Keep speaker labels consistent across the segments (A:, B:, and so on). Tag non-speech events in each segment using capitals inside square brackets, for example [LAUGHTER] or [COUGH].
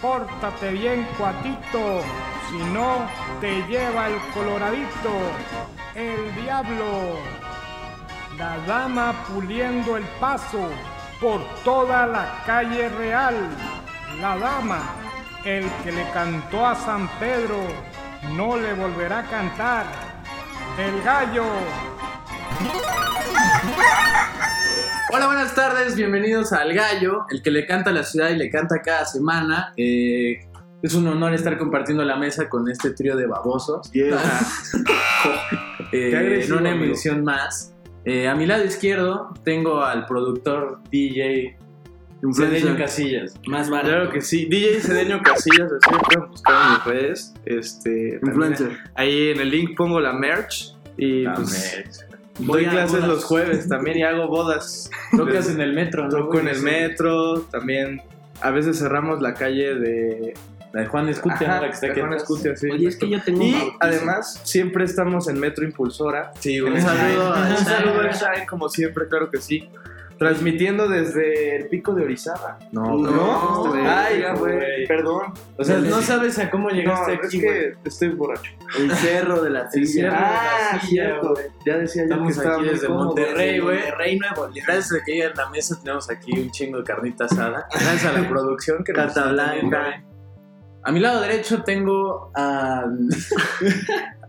A: Pórtate bien, cuatito, si no te lleva el coloradito, el diablo. La dama puliendo el paso por toda la calle real. La dama, el que le cantó a San Pedro, no le volverá a cantar. El gallo.
B: Hola, buenas tardes, bienvenidos al Gallo, el que le canta a la ciudad y le canta cada semana. Eh, es un honor estar compartiendo la mesa con este trío de babosos eh,
C: Qué agresivo,
B: en una
C: amigo.
B: emisión más. Eh, a mi lado izquierdo tengo al productor DJ [LAUGHS] Cedeño Casillas.
D: Más
C: Claro que sí. DJ Cedeño Casillas, así lo pueden buscar en mis redes. Este, también [LAUGHS] ahí en el link pongo la merch. Y pues doy
D: Voy a
C: clases
D: bodas.
C: los jueves también y hago bodas.
B: Tocas en el metro, ¿no?
C: Toco en
B: Güey,
C: el
B: sí.
C: metro, también. A veces cerramos la calle de.
B: La de Juan Escute,
C: Ajá,
B: ¿no? La que está
C: de
B: aquí
C: Juan
B: atrás.
C: Escutia, sí.
D: Oye, es que yo tengo un
C: Y
D: bautizo.
C: además, siempre estamos en Metro Impulsora.
B: Sí,
C: Un
B: güey.
C: saludo, a- un saludo a Shine, como siempre, claro que sí. Transmitiendo desde el pico de Orizaba.
B: No,
D: No,
C: ¿No?
D: güey.
C: Ay,
B: Güey.
C: güey. Perdón.
B: O sea, no sabes a cómo
C: No,
B: llegaste
C: es
B: aquí, güey.
C: que estoy borracho.
D: El cerro de la
B: Cerro.
D: silla.
B: Ah, cierto.
C: Ya decía yo que
B: Estamos
C: estaba
B: aquí
C: muy
B: desde
C: cómodo.
B: Monterrey, güey.
D: Monterrey Nuevo León.
B: Gracias a que llega en la mesa tenemos aquí un chingo de carnita asada. Gracias [LAUGHS] a la producción que nos está
D: Catablanca.
B: teniendo. A mi lado derecho tengo [LAUGHS] al,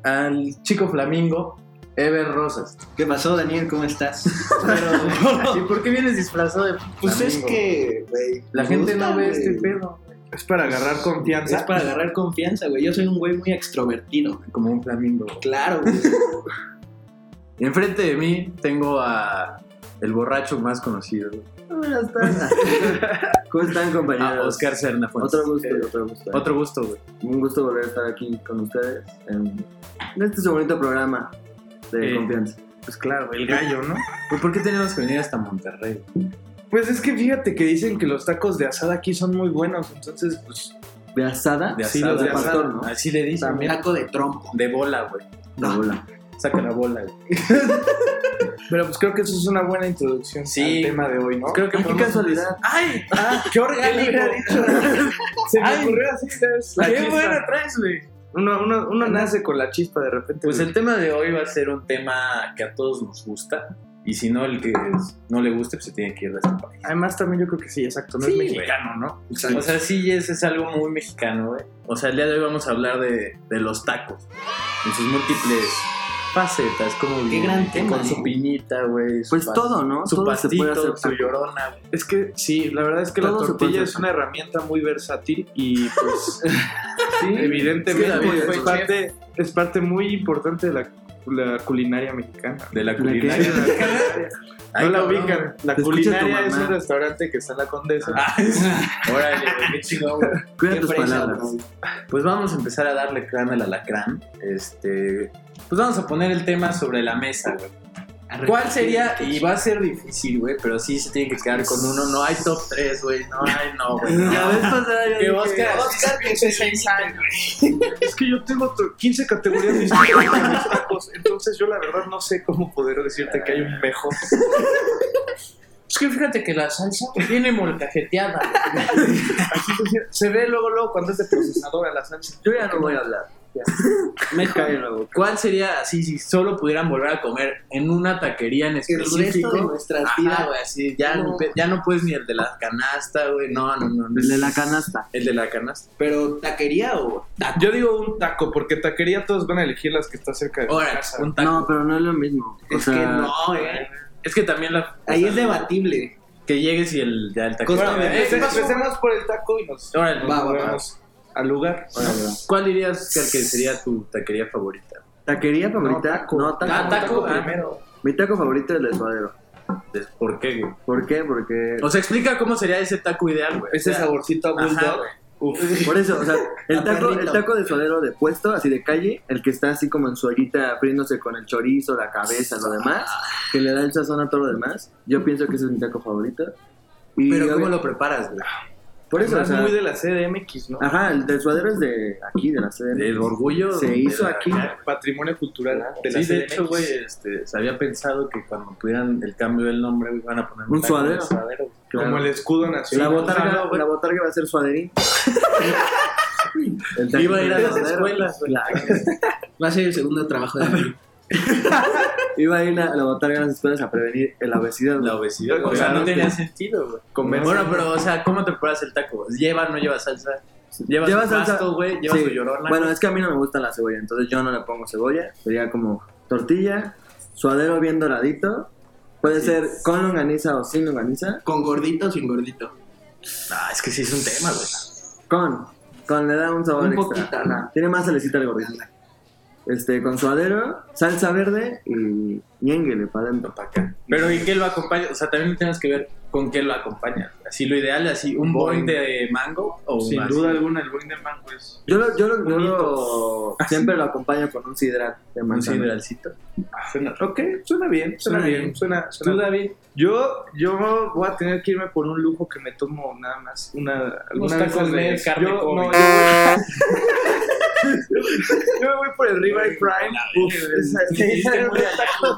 B: al chico flamingo, Ever Rosas.
D: ¿Qué pasó, Daniel? ¿Cómo estás? [LAUGHS] Pero, ¿Y por qué vienes disfrazado de
B: Pues es
D: que, güey.
B: La gente no ve este
D: pedo.
B: pedo.
C: Es para agarrar
D: Es
C: confianza.
D: para agarrar confianza, güey. Yo soy un güey muy extrovertido.
B: Como un flamingo.
D: Claro, güey.
B: [LAUGHS] Y enfrente de mí tengo a el borracho más conocido,
D: [LAUGHS] Buenas tardes. ¿Cómo están,
E: Ah,
B: a
E: pues,
D: compañeros?
B: Ah, Oscar pues, eh, Serna Fuentes.
D: Otro gusto, otro gusto.
B: Otro gusto, güey.
D: Un gusto volver a estar aquí con ustedes en este su bonito programa de
B: Eh,
C: Sí.
D: confianza.
C: Pues claro, el gallo, ¿no?
B: Güey, ¿Por qué tenemos que venir hasta Monterrey?
C: Pues es que fíjate que dicen que los tacos de asada aquí son muy buenos. Entonces, pues.
D: ¿De asada?
B: De
C: Sí,
B: asada,
C: los de
B: güey.
D: pastor, ¿no?
B: Así le dicen.
D: También.
B: mira.
D: Taco de trompo.
B: De bola, güey.
D: De bola.
B: Saca la bola, güey.
C: Pero pues creo que eso es una buena introducción
B: Sí.
C: al tema de hoy, ¿no?
B: Creo que
D: Ay, qué
B: podemos-
D: casualidad.
B: ¡Ay!
C: Ah, qué
B: orgánico.
C: orgánico. Se me
B: Ay,
C: ocurrió así, ¿sabes? La
B: ¡Qué
C: chispa.
B: buena traes, güey!
C: Uno, uno, uno nace con la chispa de repente.
B: Pues el tema de hoy va a ser un tema que a todos nos gusta. Y si no, el que es- no le guste, pues se tiene que ir de este país.
C: Además, también yo creo que sí, exacto. No
B: Sí,
C: es mexicano, ¿no?
B: O sea, sí, es, es algo muy mexicano, güey. O sea, el día de hoy vamos a hablar de, de los tacos. En sus múltiples facetas, como
D: Qué
B: bien,
D: gran
B: que
D: tema,
B: con su
D: ¿eh?
B: piñita, güey. su
D: Pues
B: pas-
D: todo, ¿no?
B: Su
D: todo
B: pastito,
D: se puede hacer.
B: su llorona, güey.
C: Es que sí, la verdad es que
D: Todo se
C: la tortilla
D: puede
C: es una herramienta muy versátil y
B: [LAUGHS]
C: pues
B: Es que
C: [LAUGHS] evidentemente
B: David
C: es,
B: fue
C: parte, es parte muy importante de la, la culinaria mexicana.
B: De la
D: que-
B: culinaria. Ay,
C: no la
B: cabrón.
C: ubican. La
D: Te escucha tu
C: culinaria es
D: mamá.
C: un restaurante que está en la Condesa.
B: [LAUGHS] Ah, Órale, güey, qué chingón, güey.
D: Cuida
B: Qué
D: tus
B: fresa,
D: palabras.
B: Pues vamos a empezar a darle crán al alacrán. Este, pues vamos a poner el tema sobre la mesa, güey. ¿Cuál sería? Y va a ser difícil, güey, pero sí se tiene que quedar con uno. No hay top 3, güey. No hay, no, güey.
D: [LAUGHS]
B: no.
D: La vez pasada yo
B: [LAUGHS] Que
D: dije-
B: Oscar, Oscar, que se años.
C: Es que yo tengo to- 15 categorías distintas de mis tacos, entonces yo la verdad no sé cómo poder decirte que hay un mejor.
B: Es que fíjate que la salsa güey, viene molcajeteada.
C: Así que sí, se ve luego, luego cuando es de procesador a la salsa.
D: Yo ya no voy a hablar. Me cae la boca.
B: ¿Cuál sería así si solo pudieran volver a comer en una taquería en
D: El resto de
B: específico?
D: nuestras
B: Ajá,
D: vidas.
B: güey, así, ya no.
D: No.
B: ya no puedes ni el de la canasta, güey. No, no, no. no.
D: El de la canasta.
B: El de la canasta.
D: Pero taquería o taco.
C: Yo digo un taco, porque taquería todos van a elegir las que está cerca de tu
B: Ahora,
C: casa.
B: un taco.
E: No, pero no es lo mismo. O
D: Es
E: sea,
D: que no, eh.
B: Es que también la.
D: Ahí
B: o
D: es
B: sea,
D: debatible.
B: Que llegues y el, ya el taco.
D: Costa
C: Bueno,
D: de-
C: empecemos-
B: ¿qué pasó?
C: empecemos por el taco y nos
B: Órale, pues,
C: nos
D: va, va, va.
C: movemos al lugar.
B: ¿Cuál dirías Oscar, que sería tu taquería favorita?
E: taquería favorita, no, taco.
B: Ah, taco
C: primero.
E: Mi taco favorito es el de suadero.
B: Des- ¿Por qué, güey?
E: ¿Por qué? Porque.
B: O sea, explica cómo sería ese taco ideal, güey.
C: Ese
B: O sea,
C: saborcito a
B: ajá,
C: bulldog.
B: güey.
C: Uf.
E: Por eso, o sea,
D: A
E: el taco,
D: perrito.
E: el taco de suadero de puesto, así de calle, el que está así como en su ollita friéndose con el chorizo, la cabeza, lo demás, que le da el sazón a todo lo demás. Yo pienso que ese es mi taco favorito. Y
B: Pero ¿cómo
E: obvio-
B: lo preparas, güey?
E: Por eso, o
C: Además,
E: sea,
C: muy de la CDMX, ¿no?
E: Ajá, el de suadero es de aquí, de la sede.
B: El orgullo.
E: Se
B: de
E: hizo
B: la-
E: aquí.
C: Patrimonio cultural de la
B: Sí,
C: CDMX.
B: de hecho, güey, este, se había pensado que cuando pudieran el cambio del nombre, güey, iban a poner
E: Un
B: taco de
E: suadero.
B: suadero.
C: Como el escudo nacional.
E: la, botarga,
B: claro, güey.
E: [LAUGHS] la botarga va a ser suaderín. El taquito
B: Iba a ir a las
E: verdadero.
B: escuelas, güey.
E: Claro.
F: Va a ser el segundo trabajo de mí.
E: Iba a ir a la botarga a las escuelas a prevenir la obesidad. güey.
B: La obesidad, güey. O sea, no tenía sentido, güey.
C: Comer-
B: Bueno, pero, o sea, ¿cómo te preparas el taco? güey? ¿Lleva, no lleva salsa? ¿Lleva,
E: Lleva
B: su
E: salsa-
B: pasto, güey? ¿Lleva
E: Sí.
B: su llorona?
E: Bueno, es que a mí no me gusta la cebolla, entonces yo no le pongo cebolla. Sería como tortilla, suadero bien doradito. Puede ser con longaniza o sin longaniza.
F: ¿Con gordito o sin gordito?
B: Ah, es que sí es un tema, güey.
E: Con. Con le da un sabor
F: Un
E: extra.
F: poquito, ¿no?
E: Tiene más salecita el gordito. Este, con suadero, salsa verde y ñenguele para adentro.
B: para acá. Pero ¿y qué lo acompaña? O sea, también tienes que ver con qué lo acompaña. Así lo ideal, así un boing de mango o
C: Sin
B: así.
C: duda alguna, el buen de mango es.
E: Yo, lo, yo, lo, yo
B: Bonito.
E: lo- siempre lo acompaño con un sidral de
B: Ah, Un
E: manzana.
B: sideralcito.
C: Suena, ok, suena bien, suena,
F: Suena
C: bien,
F: bien.
C: suena, suena
B: ¿Tú, David?
C: Yo, yo voy a tener que irme por un lujo que me tomo nada más una alguna de
B: tacos
C: esas
B: de carne
C: yo,
B: Kobe.
C: no, yo, voy, [LAUGHS] yo me voy por el Ribeye Prime. Uf, esa-
B: sí, sí,
C: salen,
B: muy
C: unos tacos,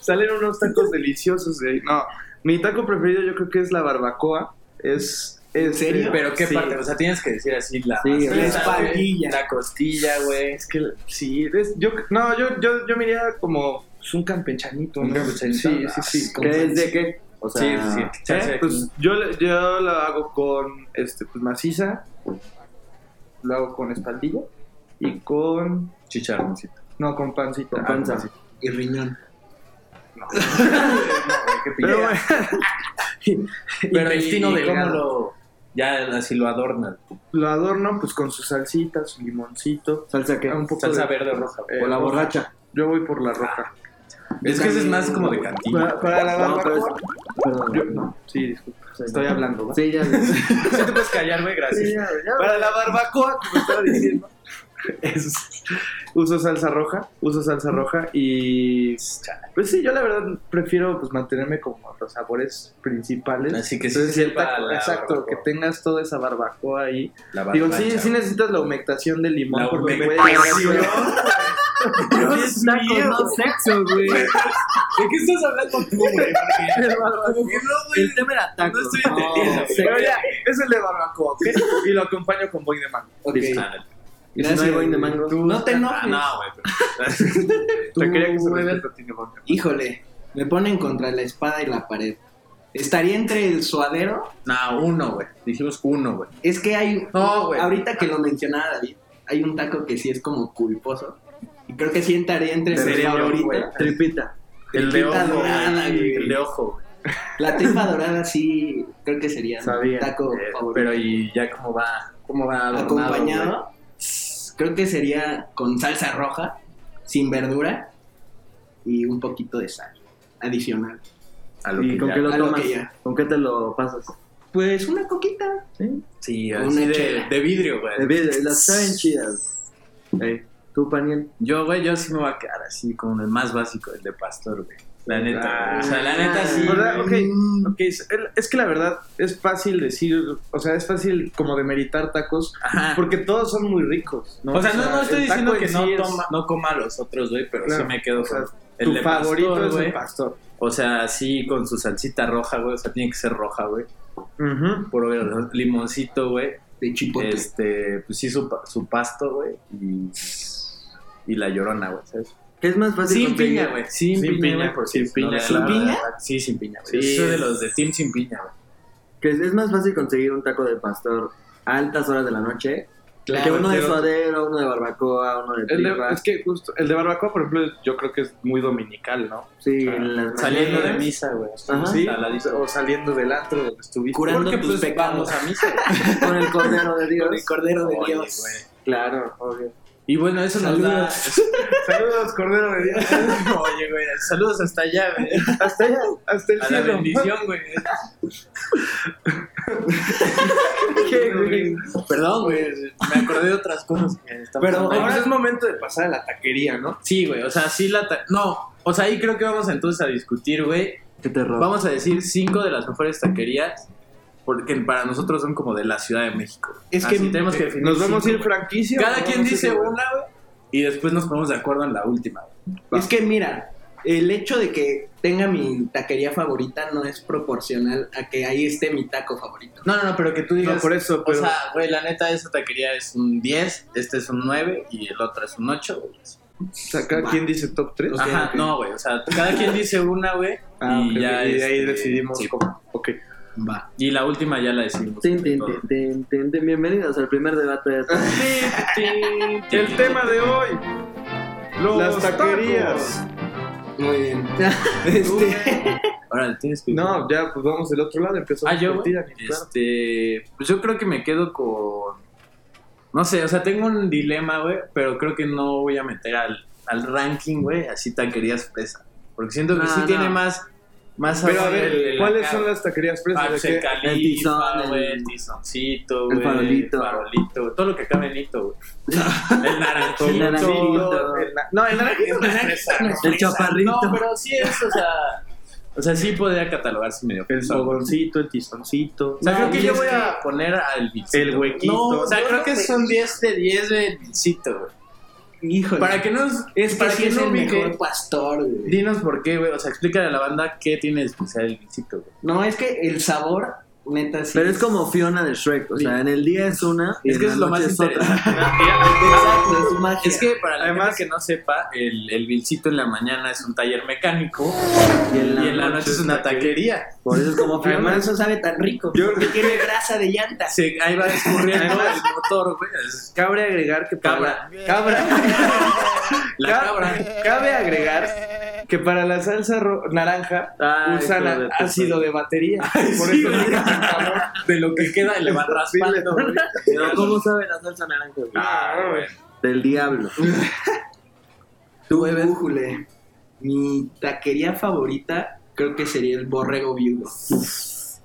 C: salen unos tacos deliciosos de ahí. No, mi taco preferido yo creo que es la barbacoa. Es, ¿En
F: serio?
B: Pero qué
C: sí.
B: parte, o sea, tienes que decir así la,
E: Sí,
B: la
E: la
F: espaldilla.
B: la costilla, güey.
C: Es que sí, es- yo no, yo yo yo me iría como pues, un campechanito,
B: Un
C: ¿no?
B: campechanito.
C: Sí, sí, sí.
E: ¿Qué es de qué? O
B: Sí,
E: sea,
B: sí, sí.
C: ¿Eh? Pues yo, le- yo la hago con este, pues maciza, la hago con espaldilla y con.
B: Chicharroncito.
C: No, con pancita.
E: con panza.
F: Y riñón.
C: Pero bueno,
B: Pero
F: Intestino
B: ¿y, y cómo
F: delgado.
B: lo... Ya así lo adornas.
C: lo adorno pues con su salsita, su limoncito.
E: Salsa que.
C: Un poco
B: Salsa
C: de-
B: verde o roja.
C: eh,
E: O la
C: roja.
E: borracha.
C: Yo voy por la roja.
B: Es que ese es más como de cantina.
C: Para, para la
E: No,
C: barbacoa.
E: pero es- Perdón.
C: yo- no, sí, disculpa.
E: Sí.
C: Estoy
B: [LAUGHS]
C: hablando. ¿va?
E: Sí, ya.
B: Si te puedes callar, güey, gracias.
C: Para la barbacoa, como estaba diciendo. [LAUGHS] es- uso salsa roja, uso salsa roja y pues sí, yo la verdad prefiero pues mantenerme como los sabores principales.
B: Así que sí
C: Entonces,
B: se
C: el
B: sepa
C: taco-
B: la
C: exacto,
B: barbacoa.
C: que tengas toda esa barbacoa ahí.
B: La
C: Digo,
B: barbacha,
C: sí, sí necesitas la humectación del limón
B: La
C: porque puede [LAUGHS]
B: humectación. [LAUGHS]
E: Dios mío. No sexo, güey.
B: ¿De qué estás hablando tú, güey? Porque-
E: El tema era taco.
B: No estoy entendiendo, güey.
C: Pero ya, es el de barbacoa, [LAUGHS] ¿ok? Y lo acompaño con boing de mango.
B: Ah,
E: Y si no hay boing de mango.
F: No te
B: Ah,
F: enojes.
B: no, güey. pero- [LAUGHS]
C: Te
F: Tú,
C: quería que se
F: güey.
C: respete a ti, de mango.
F: Híjole, me ponen contra la espada y la pared. Estaría entre el suadero.
B: No, uno, güey. Dijimos uno, güey.
F: Es que hay.
B: No, güey.
F: Ahorita que lo mencionaba David, hay un taco que sí es como culposo. Y creo que sí estaría entre
B: De
F: mi
B: cerebro, güey.
F: favorita.
E: Tripita.
B: El de
F: Tripita
B: ojo,
F: dorada,
B: güey.
F: güey.
B: El de ojo, güey.
F: La tripa dorada sí, creo que sería mi
C: Sabía.
F: taco
B: Eh,
F: favorito.
B: Pero y ya cómo va, cómo va adornado, güey.
F: Acompañado, creo que sería con salsa roja, sin verdura y un poquito de sal adicional.
B: a lo
E: ¿Y
B: que
E: con
B: ya-
E: qué lo
F: a lo
E: tomas?
F: que ya.
E: ¿Con qué te lo pasas?
F: Pues una coquita.
B: Sí,
F: Con
B: así
F: una
B: de,
F: chela.
B: de vidrio, güey.
E: Eh, bien, Las saben chidas. Ey, ¿Tú, Paniel?
B: Yo, güey, yo sí me voy a quedar así con el más básico, el de pastor, güey. La neta. O sea, la neta sí.
C: Ah, ¿Verdad? Ok,
B: güey.
F: Mm,
C: ok, es, el- es que la verdad es fácil decir, o sea, es fácil como demeritar tacos,
B: Ajá.
C: porque todos son muy ricos.
B: o sea, no, no
C: el
B: estoy diciendo
C: taco en
B: que no,
C: sí es-
B: toma- no coma los otros, güey, pero
C: Claro.
B: sí me quedo
C: O sea,
B: con
C: tu
B: el de
C: favorito
B: pastor,
C: es
B: güey.
C: el pastor.
B: O sea, sí, con su salsita roja, güey. O sea, tiene que ser roja, güey. Por ver, limoncito, güey.
F: De chipotle.
B: Este, pues sí, su, pa- su pasto, güey. Y, y la llorona, güey. ¿sabes?
E: ¿Qué es más fácil
B: Sin
E: conseguir?
B: piña, güey. Sin,
C: Sin
B: piña,
C: piña,
B: güey, porque si
C: sin
B: no
C: piña.
B: le da
C: ¿Sin
B: la-
F: piña?
B: Sí, sin piña, güey.
C: Sí.
B: Yo soy de los de Team Sin Piña, güey.
E: ¿Qué es, es más fácil conseguir un taco de pastor a altas horas de la noche que uno de
C: pero-
E: suadero, uno de barbacoa, uno de
C: El de-
E: tripa.
C: es que justo, el de barbacoa, por ejemplo, yo creo que es muy dominical, ¿no?
E: Sí, en las
B: Saliendo de
E: mañanas.
B: misa, güey.
E: Ajá.
C: Sí,
B: A la disco.
C: o saliendo del antro donde estuviste.
F: Curando
B: Porque
F: tus
B: pues
F: pecados.
B: vamos a misa, güey.
E: Con el cordero de
F: Con el
E: Dios.
F: cordero de
B: Oye,
F: Dios.
B: güey.
E: Claro, obvio.
B: Y bueno, eso nos da. [LAUGHS]
C: Saludos, Cordero de Dios.
B: Oye, güey, saludos hasta allá, güey.
C: Hasta allá, hasta
B: A
C: el
B: la
C: cielo.
B: bendición, güey.
C: ¿Qué, güey?
B: Perdón, güey, Pues, me acordé de otras cosas que están
C: Pero
B: pasando.
C: ahora pues es momento de pasar a la taquería, ¿no?
B: Sí, güey, o sea, sí la... ta- No, o sea, ahí creo que vamos entonces a discutir, güey.
E: Qué terror.
B: Vamos a decir cinco de las mejores taquerías, porque para nosotros son como de la Ciudad de México.
F: Es que-
B: Así tenemos que definir
C: Nos vamos a ir
B: cinco, güey.
C: franquicia.
B: Cada
C: ¿o
B: quien
C: vamos a
B: dice
C: ir-
B: una, güey, y después nos ponemos de acuerdo en la última, güey.
F: Es que mira, el hecho de que tenga mi taquería favorita no es proporcional a que ahí esté mi taco favorito.
B: No, no, no, pero que tú digas.
C: No, por eso, pero-
B: O sea, güey, la neta, esa taquería es un 10, este es un 9 y el otro es un 8, güey.
C: O sea, cada pues quien dice top 3.
B: Ajá, no, güey. O sea, cada quien dice una, güey.
C: Ah,
B: y
C: ok,
B: ya
C: y de ahí
B: este,
C: decidimos
B: sí.
C: cómo. [LAUGHS] Ok.
B: Va. Y la última ya la decimos.
E: Tin, tin, tin, tin, tin, tin. Bienvenidos al primer debate de
C: El tema de hoy. las taquerías.
F: Muy bien. Este,
B: Ahora tienes que.
C: No, ya, pues vamos del otro lado. Empezó
B: Ah, yo.
C: la
B: güey.
C: partida. claro.
B: Este. Pues yo creo que me quedo con. No sé, o sea, tengo un dilema, güey. Pero creo que no voy a meter al, al ranking, güey. Así taquerías fresa. Porque siento que
E: No,
B: sí
E: no.
B: tiene más. más
C: Pero a
B: sabor el-
C: ver,
B: el
C: ¿cuáles
B: acá,
C: son las taquerías
B: Ah,
C: presas?
B: pues,
C: ¿De
B: el
C: qué?
B: califa,
E: El tizón,
B: güey,
E: el-
B: el tizoncito,
E: el
B: güey,
E: farolito.
B: el farolito, todo lo que cabe en hito, güey.
E: [LAUGHS]
B: El naranjito.
E: El naranjito.
C: El na- No, el naranjito no es fresa.
E: El chaparrito.
B: No, pero sí es, o sea, o sea, sí podría catalogarse medio
C: El
B: fresa.
C: sogoncito, el tizoncito.
B: O sea, creo que
C: y
B: yo
C: es
B: voy a poner al Vicito.
C: El huequito.
B: No, o sea,
F: Yo
B: creo
F: no
B: que
F: sé.
B: es un 10 de 10 del Vicito, güey.
F: [LAUGHS] híjole.
B: Para que no
F: es que
B: para
F: sí
B: que
F: es
B: no
F: el
B: ubique-
F: mejor pastor, güey.
B: Dinos por qué, güey. O sea, explícale a la banda qué tiene de especial el Vicito, güey.
F: No, es que el sabor, neta, sí.
E: Pero es como Fiona de Shrek. O sea, en el día es una y
B: Es
E: en
B: que
E: la
B: es lo
E: noche
B: más
E: es otra.
B: interesante.
F: Exacto, es magia.
B: Es que para la
C: Además-
B: gente que no sepa, el, el Vilcito en la mañana es un taller mecánico y en la, noche es una taquería.
E: Por eso es como Fiona.
F: Además, eso sabe tan rico.
C: Yo-
F: porque tiene grasa de llanta.
B: Se- ahí va escurriendo
C: Además-
B: el motor, güey. Es
C: Cabe agregar que para-
B: Cabra.
C: Cabra.
B: La
C: Ca-
B: cabra.
C: Cabe agregar que para la salsa ro- naranja
B: Ah,
E: Ay,
C: usan
E: hijo de
C: a- ácido de batería. Por
B: sí,
C: eso
B: güey.
C: tiene
B: [LAUGHS]
C: sabor.
B: De lo que queda le va raspando, güey.
E: Pero ¿cómo sabe la salsa naranja? güey?
B: Ah, güey.
E: Del diablo.
F: Tú, Bújule. Mi taquería favorita creo que sería el borrego viudo.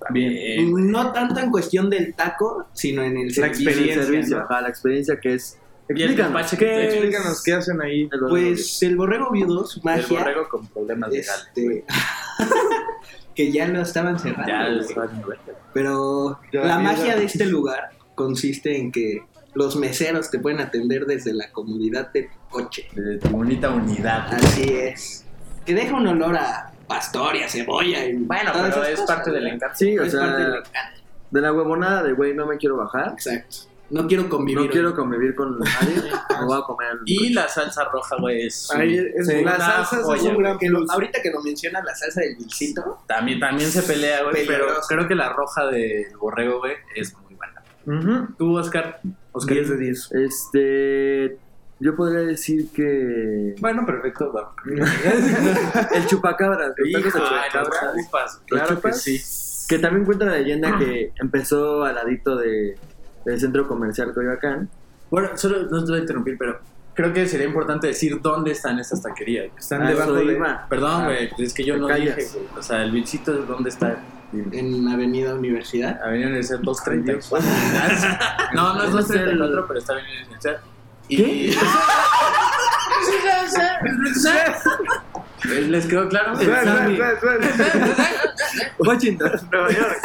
B: Bien.
F: No tanto en cuestión del taco, sino en el
C: La
F: servicio.
C: experiencia,
E: El servicio,
C: ¿no?
E: ajá, la experiencia que es.
B: Y el
E: Explícanos.
B: tepache que
E: ¿qué
B: te
E: es?
C: Explícanos qué hacen ahí.
E: El borrego
F: Pues el borrego viudo, su
B: El
F: magia,
B: borrego con problemas legales.
F: este, [LAUGHS] que ya lo estaban cerrando.
B: Ya
F: güey.
B: les van a ver.
F: Pero
C: Ya,
F: la
C: ya,
F: magia
C: ya.
F: de este lugar consiste en que los meseros te pueden atender desde la comodidad de tu coche.
B: De tu bonita unidad.
F: Así es. Que deja un olor a pastor y a cebolla. y
B: Bueno,
F: todas
B: pero
F: esas
B: es
F: cosas,
B: parte del
F: güey.
B: encanto.
E: Sí, o
F: Es parte del
E: sea,
F: encanto.
E: de la huevonada de güey, no me quiero bajar.
F: Exacto. No quiero convivir.
E: No
F: hoy.
E: quiero convivir con nadie. Me voy a comer.
B: Y la salsa roja, güey, es. un-
C: Ahí es-
B: Sí. Una
C: las salsas es
B: joya,
C: un gran
F: Que lo-
C: plus.
F: ahorita que lo menciona la salsa del vilcito,
B: También, también se pelea, güey, pero
F: Peligroso.
B: creo que la roja del borrego, güey, es muy buena. Tú, Oscar. Oscar.
C: 10 de 10.
E: Este. Yo podría decir que.
B: Bueno, perfecto, va.
E: El chupacabras. los tacos de chupacabras.
C: Claro que
E: chupas?
C: sí.
E: Que también cuenta la leyenda que empezó al ladito de, del centro comercial Coyoacán.
B: Bueno, solo no te voy a interrumpir, pero creo que sería importante decir dónde están estas taquerías.
C: Están
E: Ah,
C: debajo
E: eso
C: de...
E: iba.
B: Perdón,
E: Ah,
B: güey, es que yo
E: te
B: no
E: callas.
B: dije, güey. O sea, el bichito es dónde está.
F: en Avenida Universidad.
B: Avenida Universidad 234. no, no es
E: [LAUGHS] Es el-
B: 234, pero está Avenida Universidad. [LAUGHS] Y... ¿Les- ¿Les quedó claro?
C: Suena,
E: Sammy.
C: suena, suena, suena.
E: Washington.
C: Nueva York.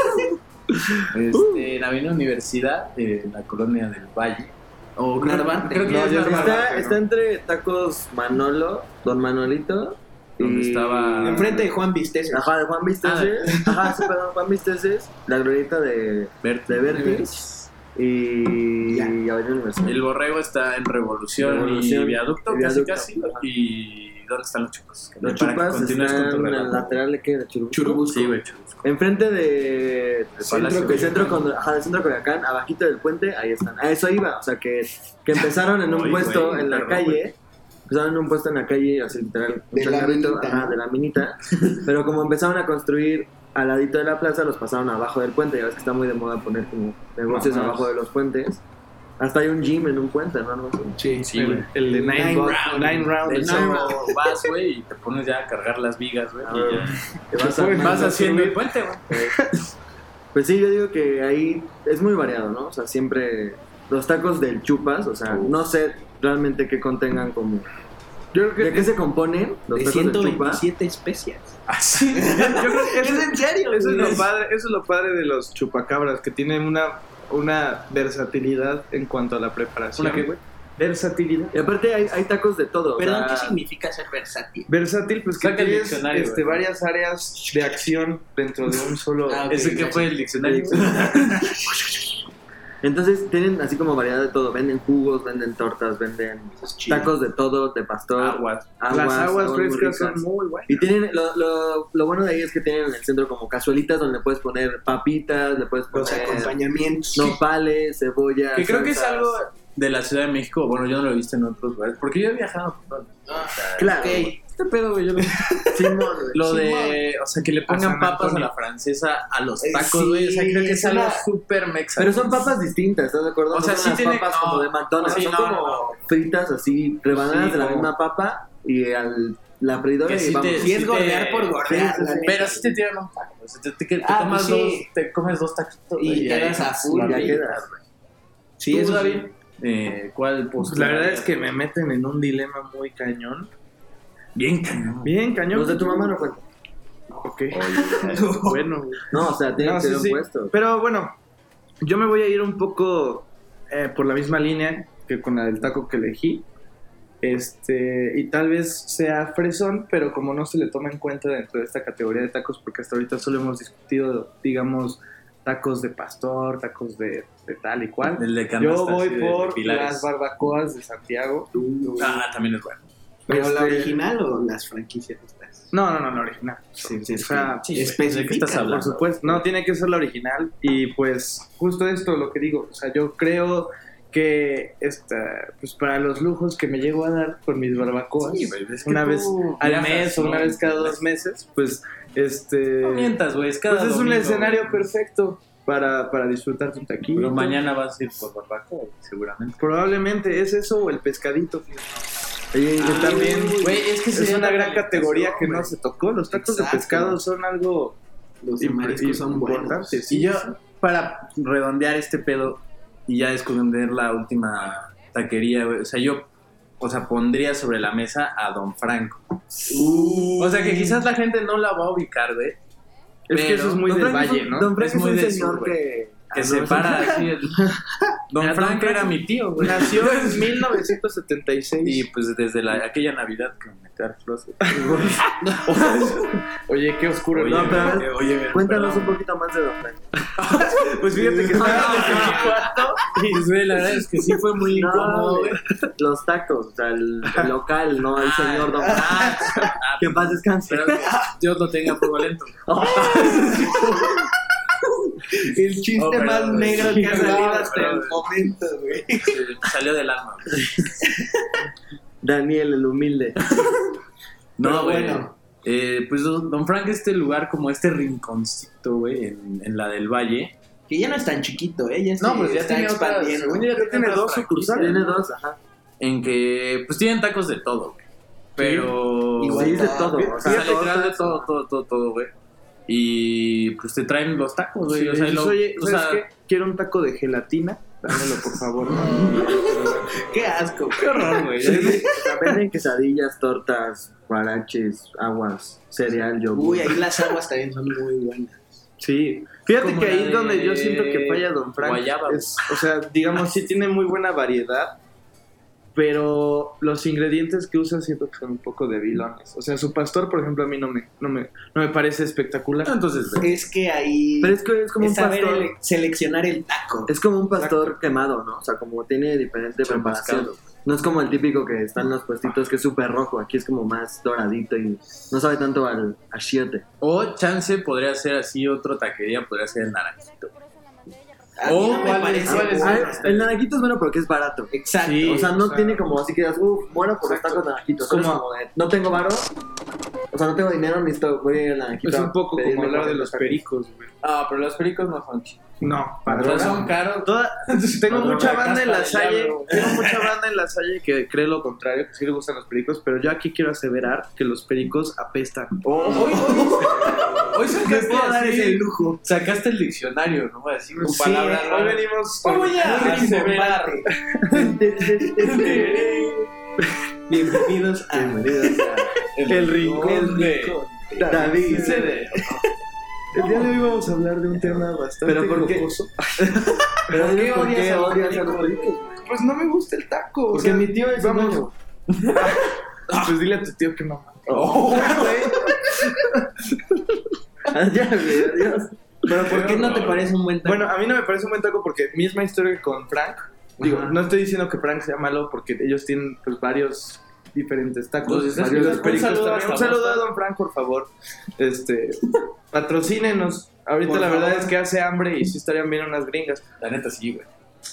B: Este, en Avenida Universidad, eh, en la colonia del Valle. O creo-
F: Narvante.
B: Creo que
F: No,
B: es
F: yo-
B: Narvante,
E: Está,
B: ¿no?
E: está entre tacos Manolo, Don Manolito.
B: Donde
E: y-
B: estaba-
F: Enfrente de Juan Vistez.
E: Ajá, de Juan Visteces. Ajá, sí, perdón, Juan Visteces. La glorieta de,
B: Verte.
E: de Vertis. Y.
F: Ya.
E: y Avenida Universal.
B: El borrego está en Revolución,
E: Revolución,
B: y Viaducto,
E: y Viaducto,
B: casi casi.
E: ajá.
B: ¿Y dónde están los chupas?
E: Los
B: Para que
E: chupas
B: continúes
E: están
B: con tu
E: en el
B: relato.
E: lateral de qué? ¿De Churubusco?
B: Churubusco. Sí, güey, Churubusco.
E: Enfrente de
B: Palacio.
E: centro, del centro, con- ajá, del centro Coyoacán, abajito del puente, ahí están. A eso iba, o sea que, que empezaron en un
B: Oye,
E: puesto
B: güey,
E: en la
B: perdón,
E: calle,
B: güey.
E: empezaron en un puesto en la calle, así literal, un
F: De la
E: changarrito,
F: minita,
E: ajá,
F: ¿no?
E: de la
F: [LAUGHS]
E: minita, pero como empezaron a construir al ladito de la plaza, los pasaron abajo del puente, ya ves que está muy de moda poner como negocios
C: Mamás.
E: abajo de los puentes. Hasta hay un gym en un puente, ¿no? Algo así.
F: Sí,
B: Sí, güey.
C: El de Nine,
F: Nine
C: Round.
F: Round.
C: Nine Round.
B: De
C: el
B: nuevo vas, güey, y te pones ya a cargar las vigas, güey. y ya.
E: Te vas
C: Uy,
E: armando.
B: Ah, Vas haciendo el puente, güey.
E: Pues sí, yo digo que ahí es muy variado, ¿no? O sea, siempre los tacos del chupas, o sea, no sé realmente qué contengan como...
C: Yo creo
E: ¿De
C: que
E: qué se componen los
F: de
E: tacos del chupas?
F: 127 especias.
B: Así.
C: yo creo
B: [LAUGHS]
C: que
F: ¿Es
C: eso-
F: en serio?
C: Eso es,
F: güey.
C: lo padre, eso es lo padre de los chupacabras, que tienen una, una versatilidad en cuanto a la preparación.
B: ¿Una qué, güey?
C: Versatilidad.
E: Y aparte hay, hay tacos de todo. o
F: Perdón, ¿qué
E: sea,
F: significa ser versátil?
C: Versátil, pues que
B: Saca el
C: tienes
B: diccionario,
C: este,
B: güey.
C: varias áreas de acción dentro de un solo.
F: Ah, ok.
B: ¿Eso que fue el diccionario?
E: Entonces tienen así como variedad de todo. Venden jugos, venden tortas, venden
F: Eso es chido.
E: tacos de todo, de pastor.
B: Aguas.
C: Las aguas
E: muy
C: frescas son
E: ricas.
C: muy buenas.
E: Y tienen, lo, lo, lo bueno de ahí es que tienen en el centro como cazuelitas donde le puedes poner papitas, le puedes
F: Los
E: poner
F: acompañamientos.
E: nopales, cebolla.
B: Que creo que es
E: salsas.
B: algo de la Ciudad de México. Bueno, yo no lo he visto en otros lugares. Porque yo he viajado por todo.
F: Ah,
E: Claro.
F: ok.
B: Este pedo, güey, yo lo
E: Simón,
B: Lo
E: Simón.
B: de, o sea, que le
C: A
B: pongan
C: San
B: papas a
C: Antonio.
B: la francesa a los
F: Eh,
B: tacos,
F: sí,
B: güey. o sea, creo que es
F: es
B: algo
F: una-
B: súper mexa.
E: Pero son papas distintas, ¿estás de acuerdo?
B: O sea,
E: no son
B: sí
E: las
B: tiene-
E: papas
B: no.
E: como de McDonald's,
B: Sí,
E: son
B: no,
E: como
B: no, no.
E: fritas así, rebanadas
B: Sí,
E: de la
B: no.
E: misma papa y al la freidora
B: Que
E: y
B: sí
E: vamos.
B: te-
F: Si es
B: sí
F: gordear
B: te-
F: por gordear,
E: sí,
F: la
E: sí.
F: neta.
B: Pero sí te tiran un taco. o sea, te, te- te
F: Ah,
B: tomas
F: pues sí.
B: dos, te comes dos taquitos.
F: Y
B: güey, ahí
F: quedas a
B: estás,
F: full,
B: la
E: ya
B: vida.
E: quedas, güey.
F: Sí,
B: ¿Tú,
F: eso sí.
B: David? Eh, ¿Cuál
C: Pues
B: postura?
C: la verdad es que me meten en un dilema muy cañón.
B: Bien cañón.
C: Bien cañón.
E: Los de tu mamá no cuentan.
C: Ok. [LAUGHS] bueno, güey.
E: No, o sea, tienen
C: No,
E: que
C: sí,
E: ser
C: sí.
E: puesto.
C: Pero bueno, yo me voy a ir un poco eh, por la misma línea que con la del taco que elegí. Este, y tal vez sea fresón, pero como no se le toma en cuenta dentro de esta categoría de tacos, porque hasta ahorita solo hemos discutido, digamos, tacos de pastor, tacos de, de tal y cual.
B: El de
C: Yo
B: canasta,
C: voy
B: así de- de
C: por
B: pilares.
C: las barbacoas de Santiago.
B: Ah, también es bueno.
F: ¿Pero la
C: Este-
F: original o las franquicias estas?
C: No, no, no, la original.
F: Sí, sí,
C: O sea,
F: sí.
B: güey, ¿de qué estás
F: Especifica.
B: hablando?
C: Por supuesto, no, tiene que ser la original. Y pues, justo esto lo que digo. O sea, yo creo que esta, pues para los lujos que me llego a dar con mis barbacoas,
B: Sí, güey, es que
C: una
B: tú
C: vez al
B: viajas,
C: mes o
B: ¿no?
C: una vez cada dos meses, pues este.
B: No mientas, güey. eh, Es cada
C: pues es un
B: domingo,
C: escenario
B: güey.
C: perfecto para, para disfrutar tu taquito.
B: Pero mañana vas a ir por barbacoa, seguramente.
C: Probablemente es eso o el pescadito. fíjate.
E: Oye,
C: Que también
B: Ah, Güey, es que
C: es
B: sería
C: una
B: la
C: gran categoría que
B: alimentación,
C: no
B: güey.
C: se tocó. Los tacos
F: Exacto.
C: de pescado son algo
F: Los
C: impre-
F: mariscos son buenos.
C: importantes.
B: Y yo, para redondear este pedo y ya esconder la última taquería, güey, o sea, yo, o sea, pondría sobre la mesa a Don Franco. O sea, que quizás la gente no la va a ubicar, güey.
C: Es que
B: Pero
C: eso es muy
B: Don
C: del
B: Franco es
C: valle,
B: un-
C: ¿no?
E: Don
B: Es
E: Frank es,
B: muy
E: un
B: del
E: señor
B: sur, güey.
E: que...
B: Que se [LAUGHS] para así. el- Don Franco era mi tío, güey.
C: Nació en 1976.
B: Y pues desde la, aquella Navidad que me metí al
E: [LAUGHS]
B: closet.
C: Oye, qué oscuro.
B: Oye,
C: ¿no?
B: güey,
E: pero-
B: eh, oye, güey,
E: Cuéntanos
B: perdón.
E: un poquito más de Don Frank.
C: Pues fíjate
E: [LAUGHS]
C: que estaba
B: Pues, güey, la verdad es que sí fue muy
E: No,
B: incómodo,
E: güey.
B: güey.
E: [LAUGHS] Los tacos, o sea, el, el local, no el señor
B: [LAUGHS]
E: Don Frank.
B: Ah,
E: Que en paz descanse.
B: Espero que Dios lo tenga a fuego lento.
F: El chiste
B: Oh, pero-
F: más negro que ha
B: Sí,
F: salido
B: no,
F: hasta
B: pero-
F: el momento, güey.
B: Sí, Salió del alma. güey.
E: Daniel, el humilde.
B: No,
F: Pero
B: güey.
F: bueno.
B: Eh, pues Don Don Frank, este lugar, como este rinconcito, güey, en, en la del Valle.
F: Que ya no es tan chiquito, ¿eh? Ya se está
B: tiene otras-
F: expandiendo.
B: según yo, ya tiene dos sucursales.
E: Tiene dos, ajá.
B: En que, pues tienen tacos de todo, güey. Pero.
F: Igual
E: Sí, es de
F: está-
E: todo. O
B: O sea,
E: sea,
B: literal de todo, todo, todo, todo, güey. Y pues te traen los tacos, güey.
C: Sí,
B: o sea,
C: dices,
B: lo-
C: Oye,
B: o
C: ¿sabes
B: sea,
C: qué? Quiero un taco de gelatina. Dámelo, por favor.
F: Qué asco, güey.
B: qué horror, güey.
E: [LAUGHS] venden quesadillas, tortas, guaraches, aguas, cereal, yogur.
F: Uy, ahí las aguas también son muy buenas.
C: Sí. Fíjate
B: Como
C: que
B: la
C: ahí es
B: de
C: donde yo siento que falla Don Frank.
B: guayaba, güey.
C: es- o sea, digamos, sí tiene muy buena variedad. Pero los ingredientes que usa siento que son un poco debilones. O sea, su pastor, por ejemplo, a mí no me, no me, no me parece espectacular.
B: Ah, Entonces, güey.
F: Es que ahí
E: Pero es que es como
F: es
E: un
F: saber
E: pastor.
F: ele- seleccionar el taco.
E: Es como un pastor quemado, ¿no? O sea, como tiene diferente preparación.
B: Champascado.
E: No es como el típico que está en los puestitos que es súper rojo. Aquí es como más doradito y no sabe tanto al achiote.
B: O chance podría ser así, otro taquería podría ser el naranjito.
F: A mí
B: Oh,
F: no me
B: ¿cuál es?
F: parece
B: ¿Cuál es?
F: bueno.
B: Ah,
E: El naranjito es bueno porque es barato.
F: Exacto.
C: Sí,
E: o sea, no
C: o sea,
E: tiene como así que digas, uff, bueno por los
C: Exacto.
E: tacos naranjitos.
C: Como-
E: Como, como de, no tengo varo, o sea, no tengo dinero, necesito, voy a ir al naranjito.
C: Es un poco
E: a pedirme
C: como hablar de
E: cuatro
C: los
E: tacos.
C: pericos, güey.
B: Ah, pero los pericos no son chicos.
C: No,
B: O sea, son caros.
C: Toda- tengo
B: Padrón,
C: mucha
B: la
C: banda en
B: casta
C: la
B: del
C: salle,
B: diablo.
C: tengo
B: [LAUGHS]
C: mucha banda en la salle que cree lo contrario, que sí le gustan los pericos, pero yo aquí quiero aseverar que los pericos apestan.
B: Hoy, hoy, hoy
E: [LAUGHS]
F: Me
B: sacaste
F: puedo dar
B: así-
F: ese lujo.
B: Sacaste el diccionario, ¿no? Así con
C: Sí,
B: palabras
C: hoy
B: raras.
C: venimos
B: Hoy
C: [LAUGHS]
B: voy a
F: Muy
B: aseverar.
F: rimbombante.
C: este,
F: Bienvenidos a
C: el rincón de David.
B: CD.
C: El día de hoy vamos a hablar de un tema bastante
E: Pero ¿por qué?
C: jocoso.
E: Pero
B: ¿Por qué
E: diles por
B: odias
E: qué
B: a los
E: odias a los
B: pericos?
E: pericos.
C: pues no me gusta el taco. o
B: Porque
C: sea,
B: mi tío es
C: vamos.
B: dueño.
C: [LAUGHS] Pues dile a tu tío que no.
B: Oh.
C: [LAUGHS] Ah,
B: ya, güey, adiós. Pero ¿por qué no te parece un buen taco?
C: Bueno, a mí no me parece un buen taco porque misma historia que con Frank. Digo,
B: Ajá.
C: no estoy diciendo que Frank sea malo porque ellos tienen pues varios diferentes tacos.
B: Entonces,
C: varios
B: un
C: pericos
B: saludo
C: también.
B: hasta
C: Un saludo a
B: Boston.
C: Don Frank, por favor. Este, patrocínenos. Ahorita
B: Por
C: la verdad
B: favor.
C: es que hace hambre y sí estarían bien unas gringas.
B: la neta sí, güey.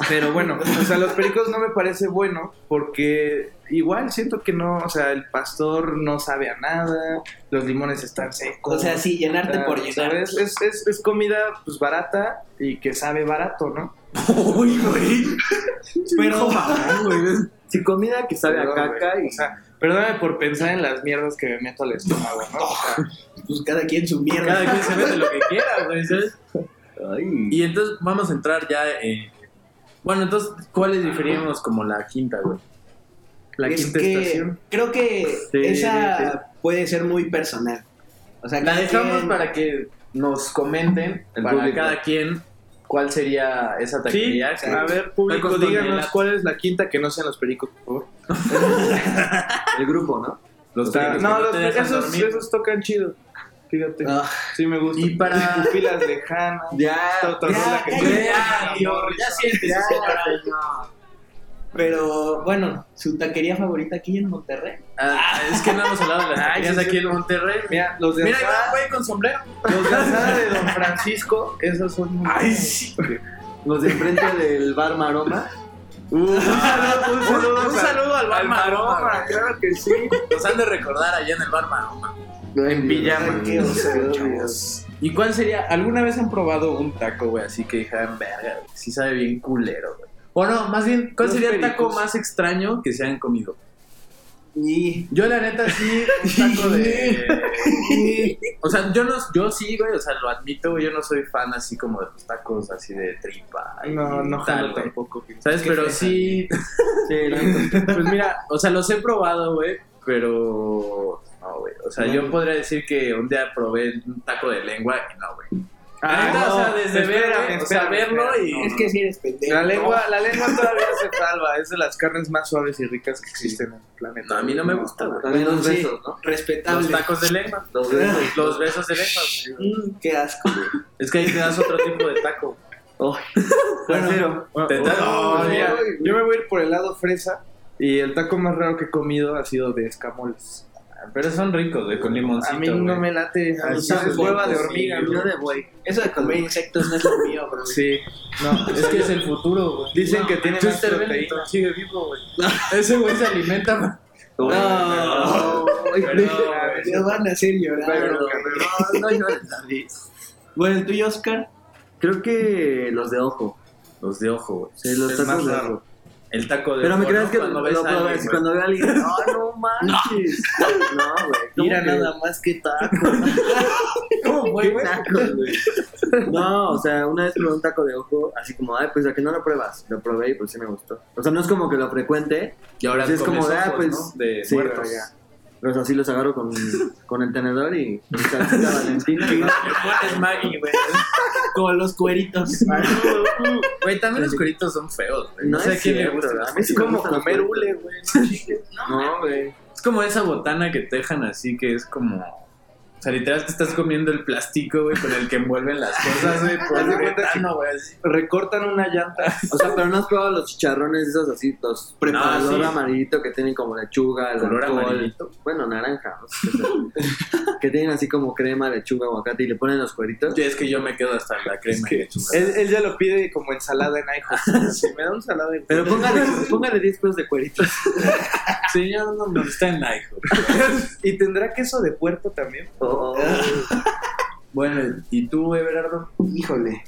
C: Pero bueno, o sea, los pericos no me parece bueno porque igual siento que no, o sea, el pastor no sabe a nada, los limones están secos.
F: O sea, sí,
C: o sea,
F: llenarte por llenar.
C: ¿sabes? Es, es, es comida pues barata y que sabe barato, [LAUGHS] ¿no?
B: Uy, güey.
F: Pero,
C: [LAUGHS]
E: Si comida que sabe a
C: Perdón,
E: caca
C: güey.
E: y
C: O sea, perdóname por pensar en las mierdas que me meto al estómago, ¿no? O sea,
F: pues cada quien su mierda.
B: Cada quien se mete lo que quiera, güey. ¿sabes? Y entonces vamos a entrar ya en... Bueno, entonces, ¿cuáles diferimos como la quinta, güey? La
F: Es
B: quinta
F: que
B: estación.
F: Creo que
B: Sí,
F: esa
B: sí.
F: puede ser muy personal. O sea,
B: La
F: cada
B: dejamos
F: quien-
B: para que nos comenten,
C: El
B: para
C: público.
B: cada quien, cuál sería esa
C: Sí,
B: taquería. que-
C: a ver, público,
B: Tacos
C: díganos
B: Daniela.
C: cuál es la quinta que no sean los pericos, por favor.
E: el grupo, ¿no?
B: los
C: O
B: tacos
C: sea,
B: que
C: no,
B: te
C: los-
B: dejan
C: esos,
B: dormir.
C: esos tocan chido. Fíjate,
F: Ah,
C: sí me gusta.
B: Y para-
C: pupilas lejanas.
E: Ya.
C: Tortoruga que-
F: cállate,
B: Ya,
F: por
B: tío,
F: favor,
B: Eh, ya siéntese,
F: ya,
B: señora.
F: pero bueno, su taquería favorita aquí en Monterrey.
B: Ah, es que no hemos hablado de las
C: Ay, sí,
B: taquerías
C: sí.
B: aquí en Monterrey.
C: Mira, los de
B: Mira, ahí va
C: asada,
B: un güey con sombrero.
C: los de asada de Don Francisco, esos son muy buenos.
E: Los de enfrente del bar Maroma.
C: Uh, un saludo, un saludo,
B: Un saludo al bar Maroma,
C: Maroma,
B: güey.
C: claro que sí.
B: Nos han de recordar allá en el bar Maroma.
C: En pijama.
F: Qué oso,
B: ¿Y cuál sería? ¿Alguna vez han probado un taco, güey? Así que dijeran, verga, güey, sí sabe bien culero, güey. O no, más bien, ¿cuál
C: Los
B: sería el taco
C: pericos.
B: más extraño que se han comido?
F: Y
B: Yo, la neta, sí, un taco
C: [LAUGHS]
B: de. o sea, yo no, yo sí, güey, o sea, lo admito, güey, yo no soy fan así como de los tacos así de tripa. y
C: No, no
B: tal,
C: jalo
B: güey.
C: tampoco.
B: ¿Sabes? Pero sí. pues mira, o sea, los he probado, güey, pero. No, güey. O sea, yo podría decir que un día probé un taco de lengua y no, güey. La neta, o sea, desde ver,
C: espérame,
B: güey, o sea,
C: espérame,
B: verlo
C: espérame,
B: y.
C: no,
F: es que si eres pendejo.
C: La lengua, la lengua todavía se salva, es de las carnes más suaves y ricas que existen en el planeta.
B: No, a mí no me gusta, güey.
E: También los
F: Sí,
E: besos, ¿no?
B: Los
F: Respetable.
B: tacos de lengua.
E: Los besos.
B: Los besos de lengua. güey.
F: Mm, qué asco.
B: Es que ahí te das otro tipo de taco.
E: Trasero.
B: Te das-
C: No,
B: No,
C: oh, mira,
B: güey.
C: yo me voy a ir por el lado fresa y el taco más raro que he comido ha sido de escamoles.
B: Pero son ricos, güey, con limoncito.
C: A mí no
B: güey.
C: me late, a mí
B: Así
C: Ah, es
B: es,
C: hueva de
B: sí,
C: hormiga.
B: yo
C: güey.
F: de buey. Eso de comer insectos no es lo mío,
C: [LAUGHS]
F: bro.
C: Sí, no,
B: Es que es el futuro, güey.
C: Dicen que tiene más
B: Chester
C: proteína.
B: Bennington sigue vivo, güey.
C: [LAUGHS]
B: Ese güey se alimenta.
F: No, no, [LAUGHS]
C: Perdón,
F: me van a hacer llorar.
C: Perdón.
E: No,
F: bro.
E: no llores, David.
F: Bueno, tú y Oscar.
E: Creo que los de ojo.
B: Los de ojo, güey.
E: Sí, los
C: Es
E: tacos
C: más
E: de
C: raro.
E: ojo.
B: El taco de
E: Pero me
B: ojo,
E: crees
B: ¿no?
E: que
B: cuando
E: lo
B: ves a
E: lo
B: alguien,
E: ves
B: güey.
E: cuando veo a alguien. No, no manches. [LAUGHS] No, güey. ¿cómo
F: Mira
E: que
F: nada más que taco.
E: [LAUGHS] tacos, güey? No, o sea, una vez probé un taco de ojo, así como, ay, pues a que no lo pruebas. Lo probé y pues sí me gustó. O sea, no es como que lo frecuente,
B: Y ahora
E: Pues es
B: comes
E: como de, ah,
B: ojos,
E: pues,
B: ¿no? de
E: sí,
B: muertos.
E: ya. Pero así los agarro con, con el tenedor y y salsita valentina. y-
B: Le pones Maggi, güey.
F: Como los cueritos.
B: Güey, también los cueritos son feos, güey. No,
E: No
B: sé a
E: es
B: quién le
E: cierto,
B: gusta.
E: ¿verdad?
B: Es como,
C: comer hule, güey. no
B: [LAUGHS]
C: chingues.
E: No, güey.
B: es como esa botana que te dejan así, que es como... O sea, literal te estás comiendo el plástico, güey, con el que envuelven las cosas, güey. Por
C: Haz de
B: el
C: cuenta
B: botano, güey. así.
C: Recortan una llanta.
E: O sea, pero no has probado los chicharrones esos así, los
B: Ah,
E: preparador
B: sí.
E: amarillito que tienen como lechuga, el
B: Color
E: alcohol,
B: amarillito.
E: Bueno, naranja. ¿no?
B: [LAUGHS]
E: que tienen así como crema, lechuga, aguacate y le ponen los cueritos.
B: Y Es que yo me quedo hasta la crema y lechuga.
C: Él, él ya lo pide como ensalada en IHOP. Si me da ensalada en
B: [LAUGHS]
E: Pero póngale, póngale 10 pesos de cueritos.
B: Señor, no me gusta en Nike.
C: ¿Y tendrá queso de puerto también?
E: Oh,
B: Ah, Bueno, ¿y tú, Everardo?
F: Híjole.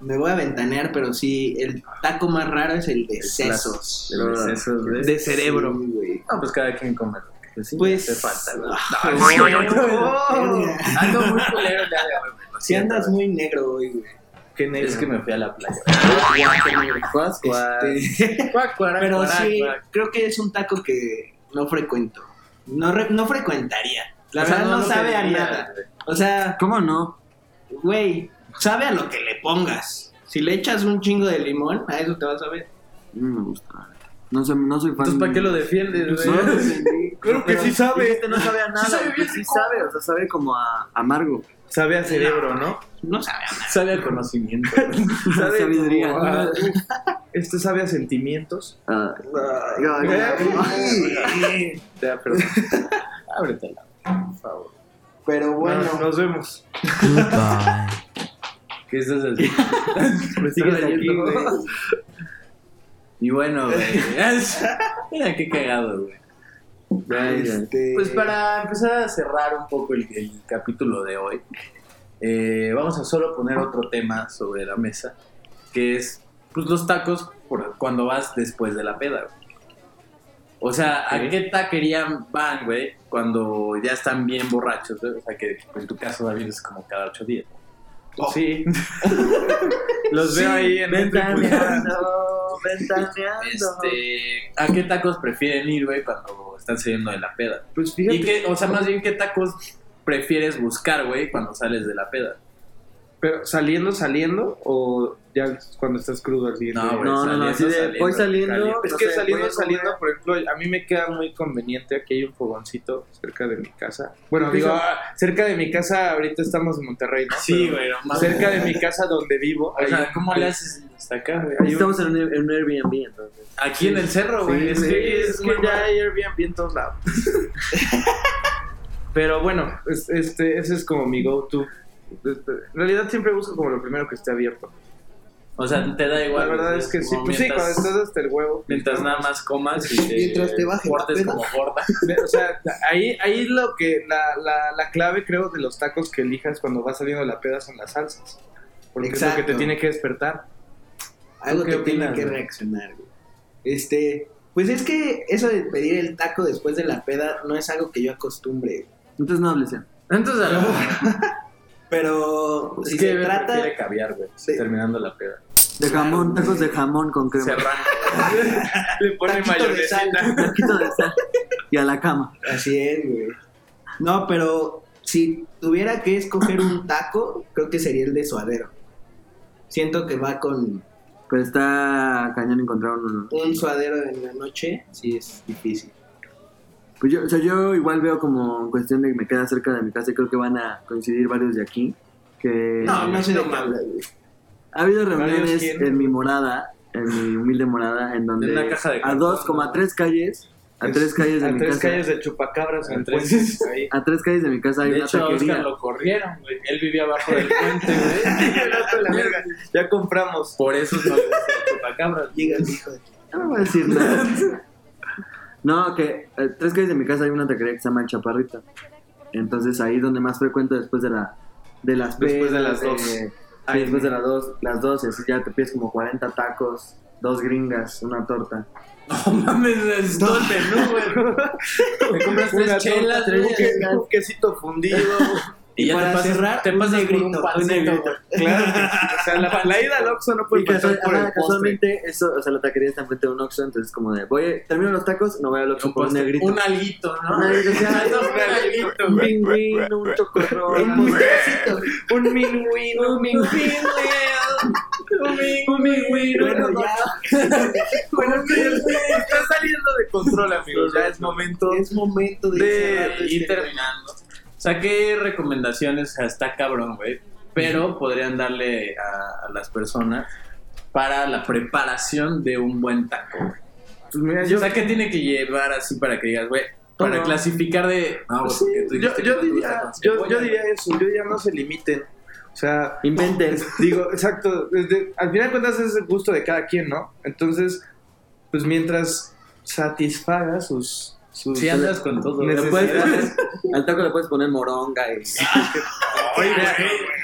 F: Me voy a ventanear, pero sí, el taco más raro es el de sesos.
B: El exceso de...
F: De cerebro.
B: No, pues cada quien come lo que sí,
F: Pues-
B: hace falta, güey.
F: Ah,
B: No, sí,
F: güey. [LAUGHS]
B: otra vez.
F: Verga.
B: Ando muy culero el día de hoy, güey, lo
F: Si
B: siento,
F: andas
B: güey.
F: muy negro hoy, güey.
C: Qué negro.
B: Es que me fui a la playa.
E: Cuas, cuas.
F: Este, Pero sí, creo que es un taco que no frecuento. No, re- no frecuentaría. La
B: O sea,
F: verdad no,
B: lo
F: sabe a
B: quería,
F: nada.
B: güey.
F: O sea,
E: ¿Cómo no?
F: güey, sabe a lo que le pongas. Si le echas un chingo de limón, a eso te vas a ver.
E: A mí me gusta. la neta. No, soy, no soy fan.
B: Entonces, ¿para qué lo [LAUGHS] defiendes,
E: [LAUGHS] No,
B: güey?
E: lo
C: [LAUGHS]
E: defendí.
C: Creo que
E: Pero
C: sí sabe.
E: dijiste, no sabe a nada.
B: Sí sabe
E: güey,
B: bien
E: pues sí
B: rico.
E: sabe, o sea, sabe como a amargo.
C: Sabe a cerebro, ¿no?
F: No sabe a nada.
B: Sale al conocimiento.
E: Ah,
C: Sabe Ah,
E: Sabiduría.
C: como a- Este sabe a sentimientos.
E: Ah, no, no,
C: ah, Ya, perdón.
B: Ábretela.
D: Pero bueno,
C: Nos- nos vemos.
B: ¿Qué estás haciendo?
C: Me
B: Sigues
C: estás
B: aquí,
C: leyendo.
B: güey. Y bueno, güey. Mira qué cagado, güey.
D: este,
B: Pues para empezar a cerrar un poco el, el capítulo de hoy, eh, vamos a solo poner otro tema sobre la mesa, que es pues, los tacos por- cuando vas después de la peda. güey. O sea, ¿a qué taquería van, güey, cuando ya están bien borrachos? güey? O sea, que en tu caso, David, es como cada ocho días. oh.
C: Sí. [LAUGHS] Los veo ahí en el
E: Ventaneando, ventaneando.
B: Este, ¿A qué tacos prefieren ir, güey, cuando están saliendo de la peda?
C: Pues
B: ¿Y qué, o sea, más bien, ¿qué tacos prefieres buscar, güey, cuando sales de la peda?
C: Pero saliendo, saliendo o ya cuando estás crudo al siguiente
B: No,
C: día?
B: güey,
E: No, no, no, así de,
B: saliendo,
E: voy saliendo.
B: saliendo.
C: Es
E: no
C: que
E: sé,
C: saliendo,
E: voy a
C: saliendo, por ejemplo, a mí me queda muy conveniente. Aquí hay un fogoncito cerca de mi casa. Bueno, digo, ah, cerca de mi casa, ahorita estamos en Monterrey, ¿no?
B: Sí,
C: Pero
B: güey, no mames.
C: Cerca de mi casa donde vivo.
B: O
C: hay
B: sea,
C: un-
B: ¿cómo le haces hasta acá, güey?
E: comer. Estamos en un, en un Airbnb, entonces.
B: Aquí en el cerro, güey.
C: Sí,
B: es que, es que
C: ya hay Airbnb en todos lados. [LAUGHS] Pero bueno, es- este, ese es como mi go-to. Este, En realidad siempre busco como lo primero que esté abierto.
B: O sea, te da igual.
C: La verdad
B: güey,
C: es que sí.
B: como
C: Pues sí,
B: mientras-
C: cuando estás hasta el huevo.
B: Mientras nada más comas y te,
D: Mientras te baje la
B: portes
D: peda.
B: como
C: [LAUGHS]
B: gorda.
C: O sea, ahí, ahí lo que, la, la, la clave creo de los tacos que elijas cuando vas saliendo de la peda son las salsas. Porque es lo que
F: Exacto.
C: te tiene que despertar.
F: Algo
C: ¿Tú
F: que
C: qué
F: tiene
C: opinas,
F: que
C: güey?
F: reaccionar, güey. Este, pues es que eso de pedir el taco después de la peda no es algo que yo acostumbre. güey.
E: Entonces no hables ya.
B: Entonces, a lo
F: Pero
B: es
F: si
B: que
F: se
B: me
F: trata,
B: prefiere caviar, güey.
F: Sí.
B: Terminando la peda.
E: De jamón, tacos de jamón con crema.
B: Cerrando.
C: Le pone
F: Taquito de sal. [LAUGHS]
E: Taquito de sal. Y a la cama.
F: así es, güey. No, pero si tuviera que escoger un taco, creo que sería el de suadero. Siento que va con
E: Pero está cañón encontrar uno.
F: un suadero en la noche, sí es difícil.
E: Pues yo, o sea, yo igual veo como en cuestión de que me queda cerca de mi casa y creo que van a coincidir varios de aquí. Que
F: No, no sé de
B: no,
F: qué hablas, güey.
E: ha habido reuniones
C: ¿Varios quién?
E: en mi morada, en mi humilde morada, en donde
B: En una caja de
E: a
B: cartón,
E: 2,3 calles, a 3 calles de
C: a
E: mi
C: tres
E: casa,
C: calles de chupacabras.
B: A
C: Entonces, ahí.
E: a 3 calles de mi casa hay
B: De
E: una
B: hecho, a Oscar
E: taquería.
B: lo corrieron, güey. Él vivía abajo del puente, güey.
C: Ya compramos.
B: [LAUGHS] Por eso no le gusta el [LAUGHS] chupacabras.
F: Llega el hijo de
E: No voy a decir nada.
C: [LAUGHS]
E: No, que a tres calles de mi casa hay una taquería que se llama El Chaparrita. Entonces ahí es donde más frecuento después de la de las
C: Después de las
E: pedas,
C: dos.
E: eh, sí, después de las dos, las dos, y así ya te pides como 40 tacos, dos gringas, una torta.
B: No mames, es todo el menú, güey. Te compras tres
C: Una
B: chelas,
C: torta,
B: güey.
C: un que- un quesito [LAUGHS] fundido.
B: [LAUGHS] Y, ya
F: para
B: te pasas,
F: cerrar,
B: te
F: un
B: pasas por un
F: negrito, un
B: pancito,
F: negrito.
B: güey.
C: Claro. O sea, la, la ida al Oxxo no puede
E: Y
C: pasar
E: casual-
C: por
E: ajá,
C: el postre.
E: casualmente, eso, o sea, la taquería está enfrente de un Oxxo, entonces como de, voy, termino los tacos, no voy al Oxxo
B: Un,
E: por un
B: postre,
E: negrito.
B: un alguito, ¿no?
E: Un alguito,
B: [LAUGHS]
E: sí,
B: Un alguito,
E: un
B: güey.
E: pingüino, un chocorrol,
F: [LAUGHS]
E: un
C: Un minuino, un minuino.
B: Un pingüino.
F: Bueno, ya
C: Bueno, que ya
B: [LAUGHS]
C: está está saliendo de control, amigos. Ya es momento
F: es momento de,
C: de
F: cerrar este
B: Y terminando. O sea, ¿qué recomendaciones? O sea, está cabrón, güey. Pero podrían darle a, a las personas para la preparación de un buen taco, güey.
C: Pues mira, yo,
B: o sea, ¿qué tiene que llevar así para que digas, güey? Para
C: Todo.
B: clasificar de. Ah, güey, porque tú
C: yo,
B: dijiste
C: yo
B: que no te gusta
C: diría,
B: con
C: yo,
B: cebolla,
C: yo diría eso, yo diría no se limiten. O sea,
E: Inventen.
C: es- digo, exacto, desde- al final de cuentas es el gusto de cada quien, ¿no? Entonces, pues mientras satisfaga sus...
B: güey.
C: sus
B: Si andas con todo.
C: Neces-
E: Le puedes- [LAUGHS] al taco le puedes poner moronga y...
C: Oye,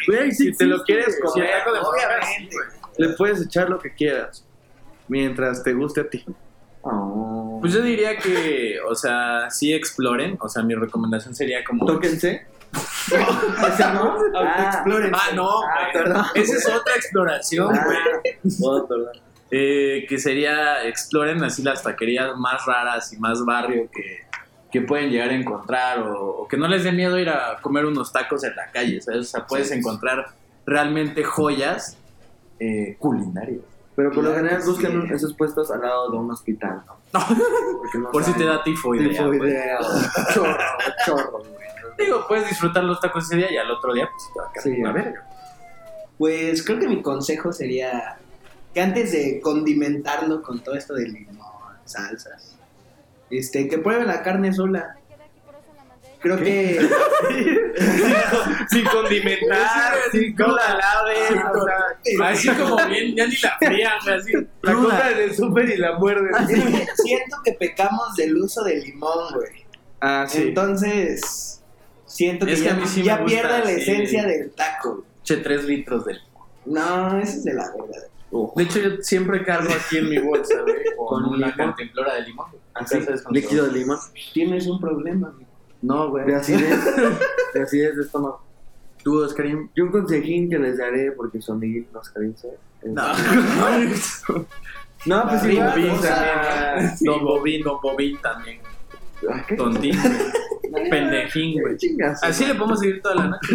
E: Güey, sí
C: si te lo
E: existe.
C: quieres comer,
B: algo de
C: obviamente, le puedes echar lo que quieras, mientras te guste a ti.
E: Oh.
B: Pues yo diría que, o sea, sí exploren. O sea, mi recomendación sería como.
E: Tóquense. ¿Ese no?
F: Autoexploren.
B: Pues, Ah, no, güey. Esa es otra exploración,
E: Ah.
B: güey.
E: Oh, perdón.
B: Eh, que sería exploren así las taquerías más raras y más barrio que, que pueden llegar a encontrar o, o que no les dé miedo ir a comer unos tacos en la calle, ¿sabes? O sea, puedes encontrar realmente joyas eh, culinarias.
E: Pero por lo
F: Claro
E: general
F: que
E: buscan
F: sí.
E: esos puestos al lado de un hospital,
B: [LAUGHS]
E: ¿no? Porque no
B: Por si te
E: saben.
B: da tifoidea.
E: Tifoidea,
B: pues.
E: güey. chorro, chorro, güey.
B: Digo, puedes disfrutar los tacos ese día y al otro día, pues te va a caer
E: Sí,
B: una
E: ya.
B: verga.
F: Pues creo que mi consejo sería que antes de condimentarlo con todo esto de limón, salsas, este, que pruebe la carne sola. Creo que
B: [LAUGHS]
C: Sin condimentar, sin cola
F: Sí,
C: lave. o sea,
B: Así como bien, ya ni la frían, güey, así.
C: la
E: Cruda.
C: compras en el súper y la muerdes.
F: siento que pecamos del uso del limón, güey.
C: Ah, sí.
F: Entonces, siento que,
B: Es que
F: ya,
B: a mí sí me
F: ya
B: gusta,
F: pierde la
B: sí.
F: esencia del taco.
B: Che, tres litros de
F: No, eso es de la verdad.
B: De hecho, yo siempre cargo aquí en mi bolsa, güey, con
E: Con un
B: una
E: limón.
B: cantimplora de limón. güey.
E: Así,
B: Entonces, con
E: líquido
B: todo.
E: de limón.
F: Tienes un problema, amigo.
E: No, güey. De acidez, [LAUGHS] de acidez de estómago. ¿Tú, Oscarín? Yo un consejín que les daré, porque su amiguito Oscarín se... No, no pues
F: La
E: igual,
B: Bobín
E: o sea,
B: también, güey. Don Bobín, Don Bobín también.
E: ah, ¿qué?
B: Tontín, güey. Pendejín, güey.
E: Chingas.
B: Así le podemos seguir toda la noche.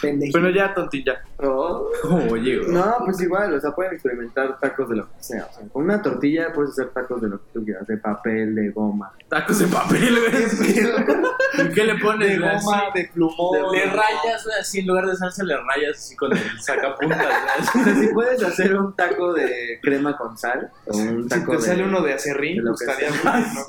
F: Pendejito.
C: Bueno, ya, tontilla.
E: Oh.
B: Oye, güey.
E: No, pues igual, o sea, pueden experimentar tacos de lo que sea. O sea, con una tortilla puedes hacer tacos de lo que tú quieras, de papel, de goma.
B: Tacos de papel, güey. ¿Y qué le pones,
C: De
B: güey?
C: goma,
B: Así.
C: de plumón.
B: Le rayas, güey, así en lugar de salsa le rayas así con el sacapuntas,
E: O
B: güey.
E: sea, si puedes hacer un taco de crema con sal, o un
C: Si
E: taco
C: te
E: de...
C: sale uno de
E: de
C: acerrín,
E: lo
C: pues,
E: que
C: estaría
E: sea.
C: [LAUGHS] bueno.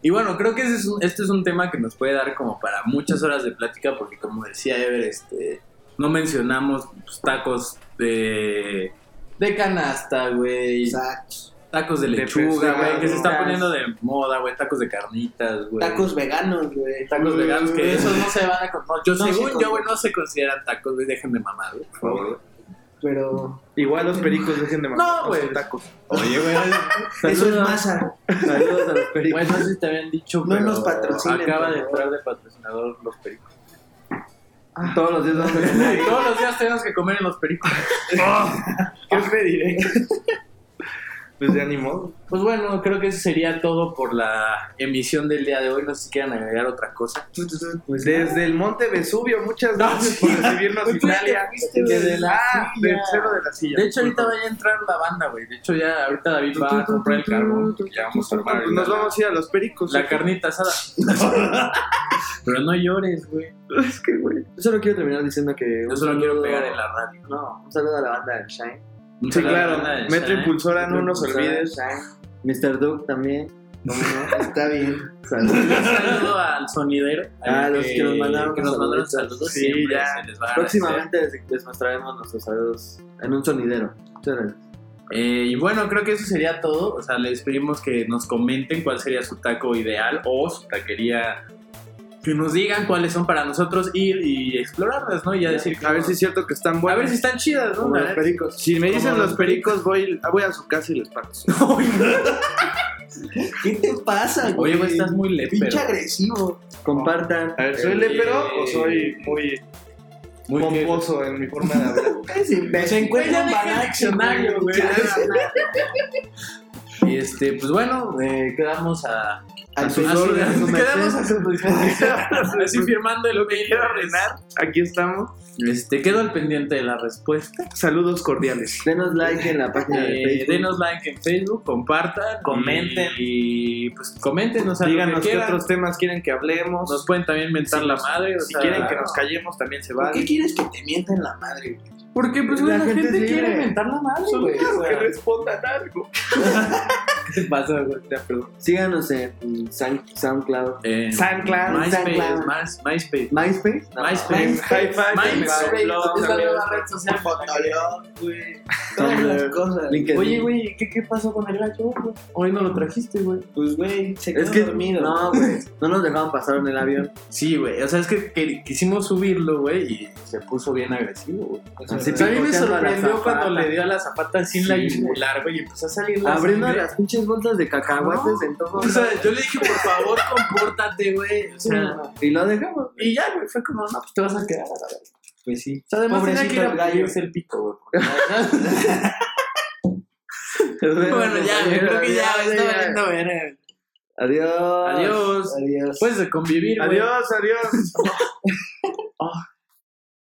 B: Y bueno, creo que ese es un- este es un tema que nos puede dar como para muchas horas de plática, porque como decía Ever, este, no mencionamos pues, tacos de, de canasta, güey,
F: Exacto.
B: tacos de
C: De
B: lechuga,
C: pescado,
B: güey, que se está
E: carnitas.
B: poniendo de moda, güey, tacos de carnitas, güey.
F: Tacos veganos, güey.
B: Tacos veganos, que esos no se van a... con- no, yo,
F: No se
B: según yo,
F: con-
B: güey, no se consideran tacos, güey, dejen de mamar, güey, por favor.
F: Pero
C: Igual los pericos dejen de
B: No,
C: mamar con sus
B: güey.
C: tacos.
B: Oye, güey,
F: eso es
E: Saludos.
F: masa.
E: Saludos a los pericos.
B: güey, no sé si te habían dicho,
F: No
B: pero
F: nos patrocinen,
B: acaba
F: por
B: de
F: favor.
B: entrar de patrocinador los pericos.
E: Todos los días vamos a comer.
B: Todos los días tenemos que comer en los pericos.
C: ¿Qué pediré? Pues ya ni modo.
B: Pues bueno, creo que eso sería todo por la emisión del día de hoy. No sé si quieran agregar otra cosa. Pues
C: Desde el Monte Vesubio, muchas gracias por recibirnos
B: Tú ya te
C: Italia.
B: fuiste, güey, de la
C: ah,
B: silla.
C: del cero de la silla.
B: De hecho, ahorita vaya a entrar la banda, güey. De hecho, ya ahorita David va a comprar el carbón. porque Ya vamos a armar
C: Pues nos vamos a ir a los pericos.
B: la carnita asada. [LAUGHS] Pero no llores, güey.
E: Es que, güey. Yo solo quiero terminar diciendo que.
B: Yo
E: un
B: solo quiero
E: saludo-
B: pegar en la radio.
E: No, un saludo a la banda del Shine.
C: Sí,
B: La ¿eh?
C: claro.
B: banda de
C: Metro
B: Shine.
C: Impulsora, no nos
E: Saludos a
C: olvides.
E: Shine. Mr. Duke también. ¿Cómo no?
F: Está bien.
E: Saludos.
B: Un saludo al sonidero.
E: Ah,
B: al
E: los que nos mandaron
B: que nos
E: saluditos.
B: mandaron saludos.
C: Sí,
B: siempre
C: ya.
B: se les va a agradecer.
E: Próximamente les, les mostraremos nuestros saludos en un sonidero. Muchas gracias.
B: Eh, y bueno, creo que eso sería todo. O sea, les pedimos que nos comenten cuál sería su taco ideal o su taquería. Que nos digan cuáles son para nosotros ir y explorarlas, ¿no? Y ya decir,
C: A ver si es cierto que están
B: a
C: buenos.
B: ver si están chidas, ¿no?
E: Como
B: La
E: los
B: neta.
E: pericos.
C: Si me dicen
B: Como
C: los
B: los
C: pericos, voy, voy a su casa y les pago.
F: ¿Qué te pasa, güey?
B: Oye, güey, estás muy
F: Pinche
B: lepero.
F: agresivo.
E: Compartan.
C: A ver, ¿soy
B: Eh,
C: lepero o soy muy
B: Muy
C: pomposo en mi forma de hablar?
F: Eres imbécil.
B: Se encuentra en
F: Güey, ya deja el
B: diccionario, güey. que- Este, pues bueno, eh, quedamos a.
F: Al
B: Así-
F: final,
B: Quedamos a su [LAUGHS] disposición. Así firmando el que quiero arruinar.
C: Aquí estamos.
B: Este, quedo al pendiente de la respuesta.
C: Saludos cordiales.
E: Denos like en la página de
B: Eh,
E: Facebook.
B: denos like en Facebook, compartan,
C: Comenten.
B: y, y, pues comenten, o sea, lo que
C: Díganos qué
B: quieran.
C: otros temas quieren que hablemos.
B: nos pueden también mentar
C: Si
B: la
C: nos-
B: madre, o
C: si
B: sea,
C: quieren que nos callemos, también se
F: ¿Por qué
C: vale.
F: quieres que te mienten la madre, güey?
B: porque pues
E: La
B: güey, la,
E: gente
B: gente,
E: es libre.
B: quiere mentar la madre,
C: Solo [LAUGHS]
B: güey.
C: quiero
B: o sea,
C: que respondan algo.
B: ¿Qué te pasa, güey? Ya, perdón.
E: Síganos en Sound- SoundCloud.
B: Eh,
F: SoundCloud,
B: MySpace,
F: SoundCloud.
B: Mas- MySpace, [LAUGHS]
E: MySpace. No.
B: MySpace,
C: High five.
B: MySpace, es
C: Blog,
B: la
C: también.
B: nueva red social.
F: Fotolog, güey. Todas las cosas.
E: LinkedIn.
B: Oye, güey, ¿qué, ¿qué pasó con el gacho? güey? Hoy no lo trajiste, güey.
F: Pues, güey, se quedó
E: Es que
F: dormido.
E: no, güey, no nos dejaban pasar en
B: [LAUGHS]
E: el avión.
B: Sí, güey, o sea, es que, que- quisimos subirlo, güey, y se puso bien agresivo, güey.
E: Así
B: O sea, a mí me
E: picoteando la
B: sorprendió
E: zapata.
B: cuando le dio a la zapata así en la
E: Sí.
B: yugular, güey, y empezó a salir la
E: Abriendo
B: sangre.
E: las pinches bolsas de cacahuates en todo.
B: O sea, yo le dije, por favor, compórtate, güey. O sea,
E: Y lo dejamos.
B: y ya, güey, fue como, no, pues te vas a quedar a la verga.
E: Pues sí.
B: O sea, además tenía
F: Pobrecito
B: que ir a
F: el gallo.
B: pedirse
E: [LAUGHS]
B: el pico, güey. porque- bueno, ya, [LAUGHS] güey, creo que ya, está valiendo verga.
E: Adiós.
B: Adiós.
F: Adiós.
B: Puedes de convivir, güey.
C: Adiós, adiós.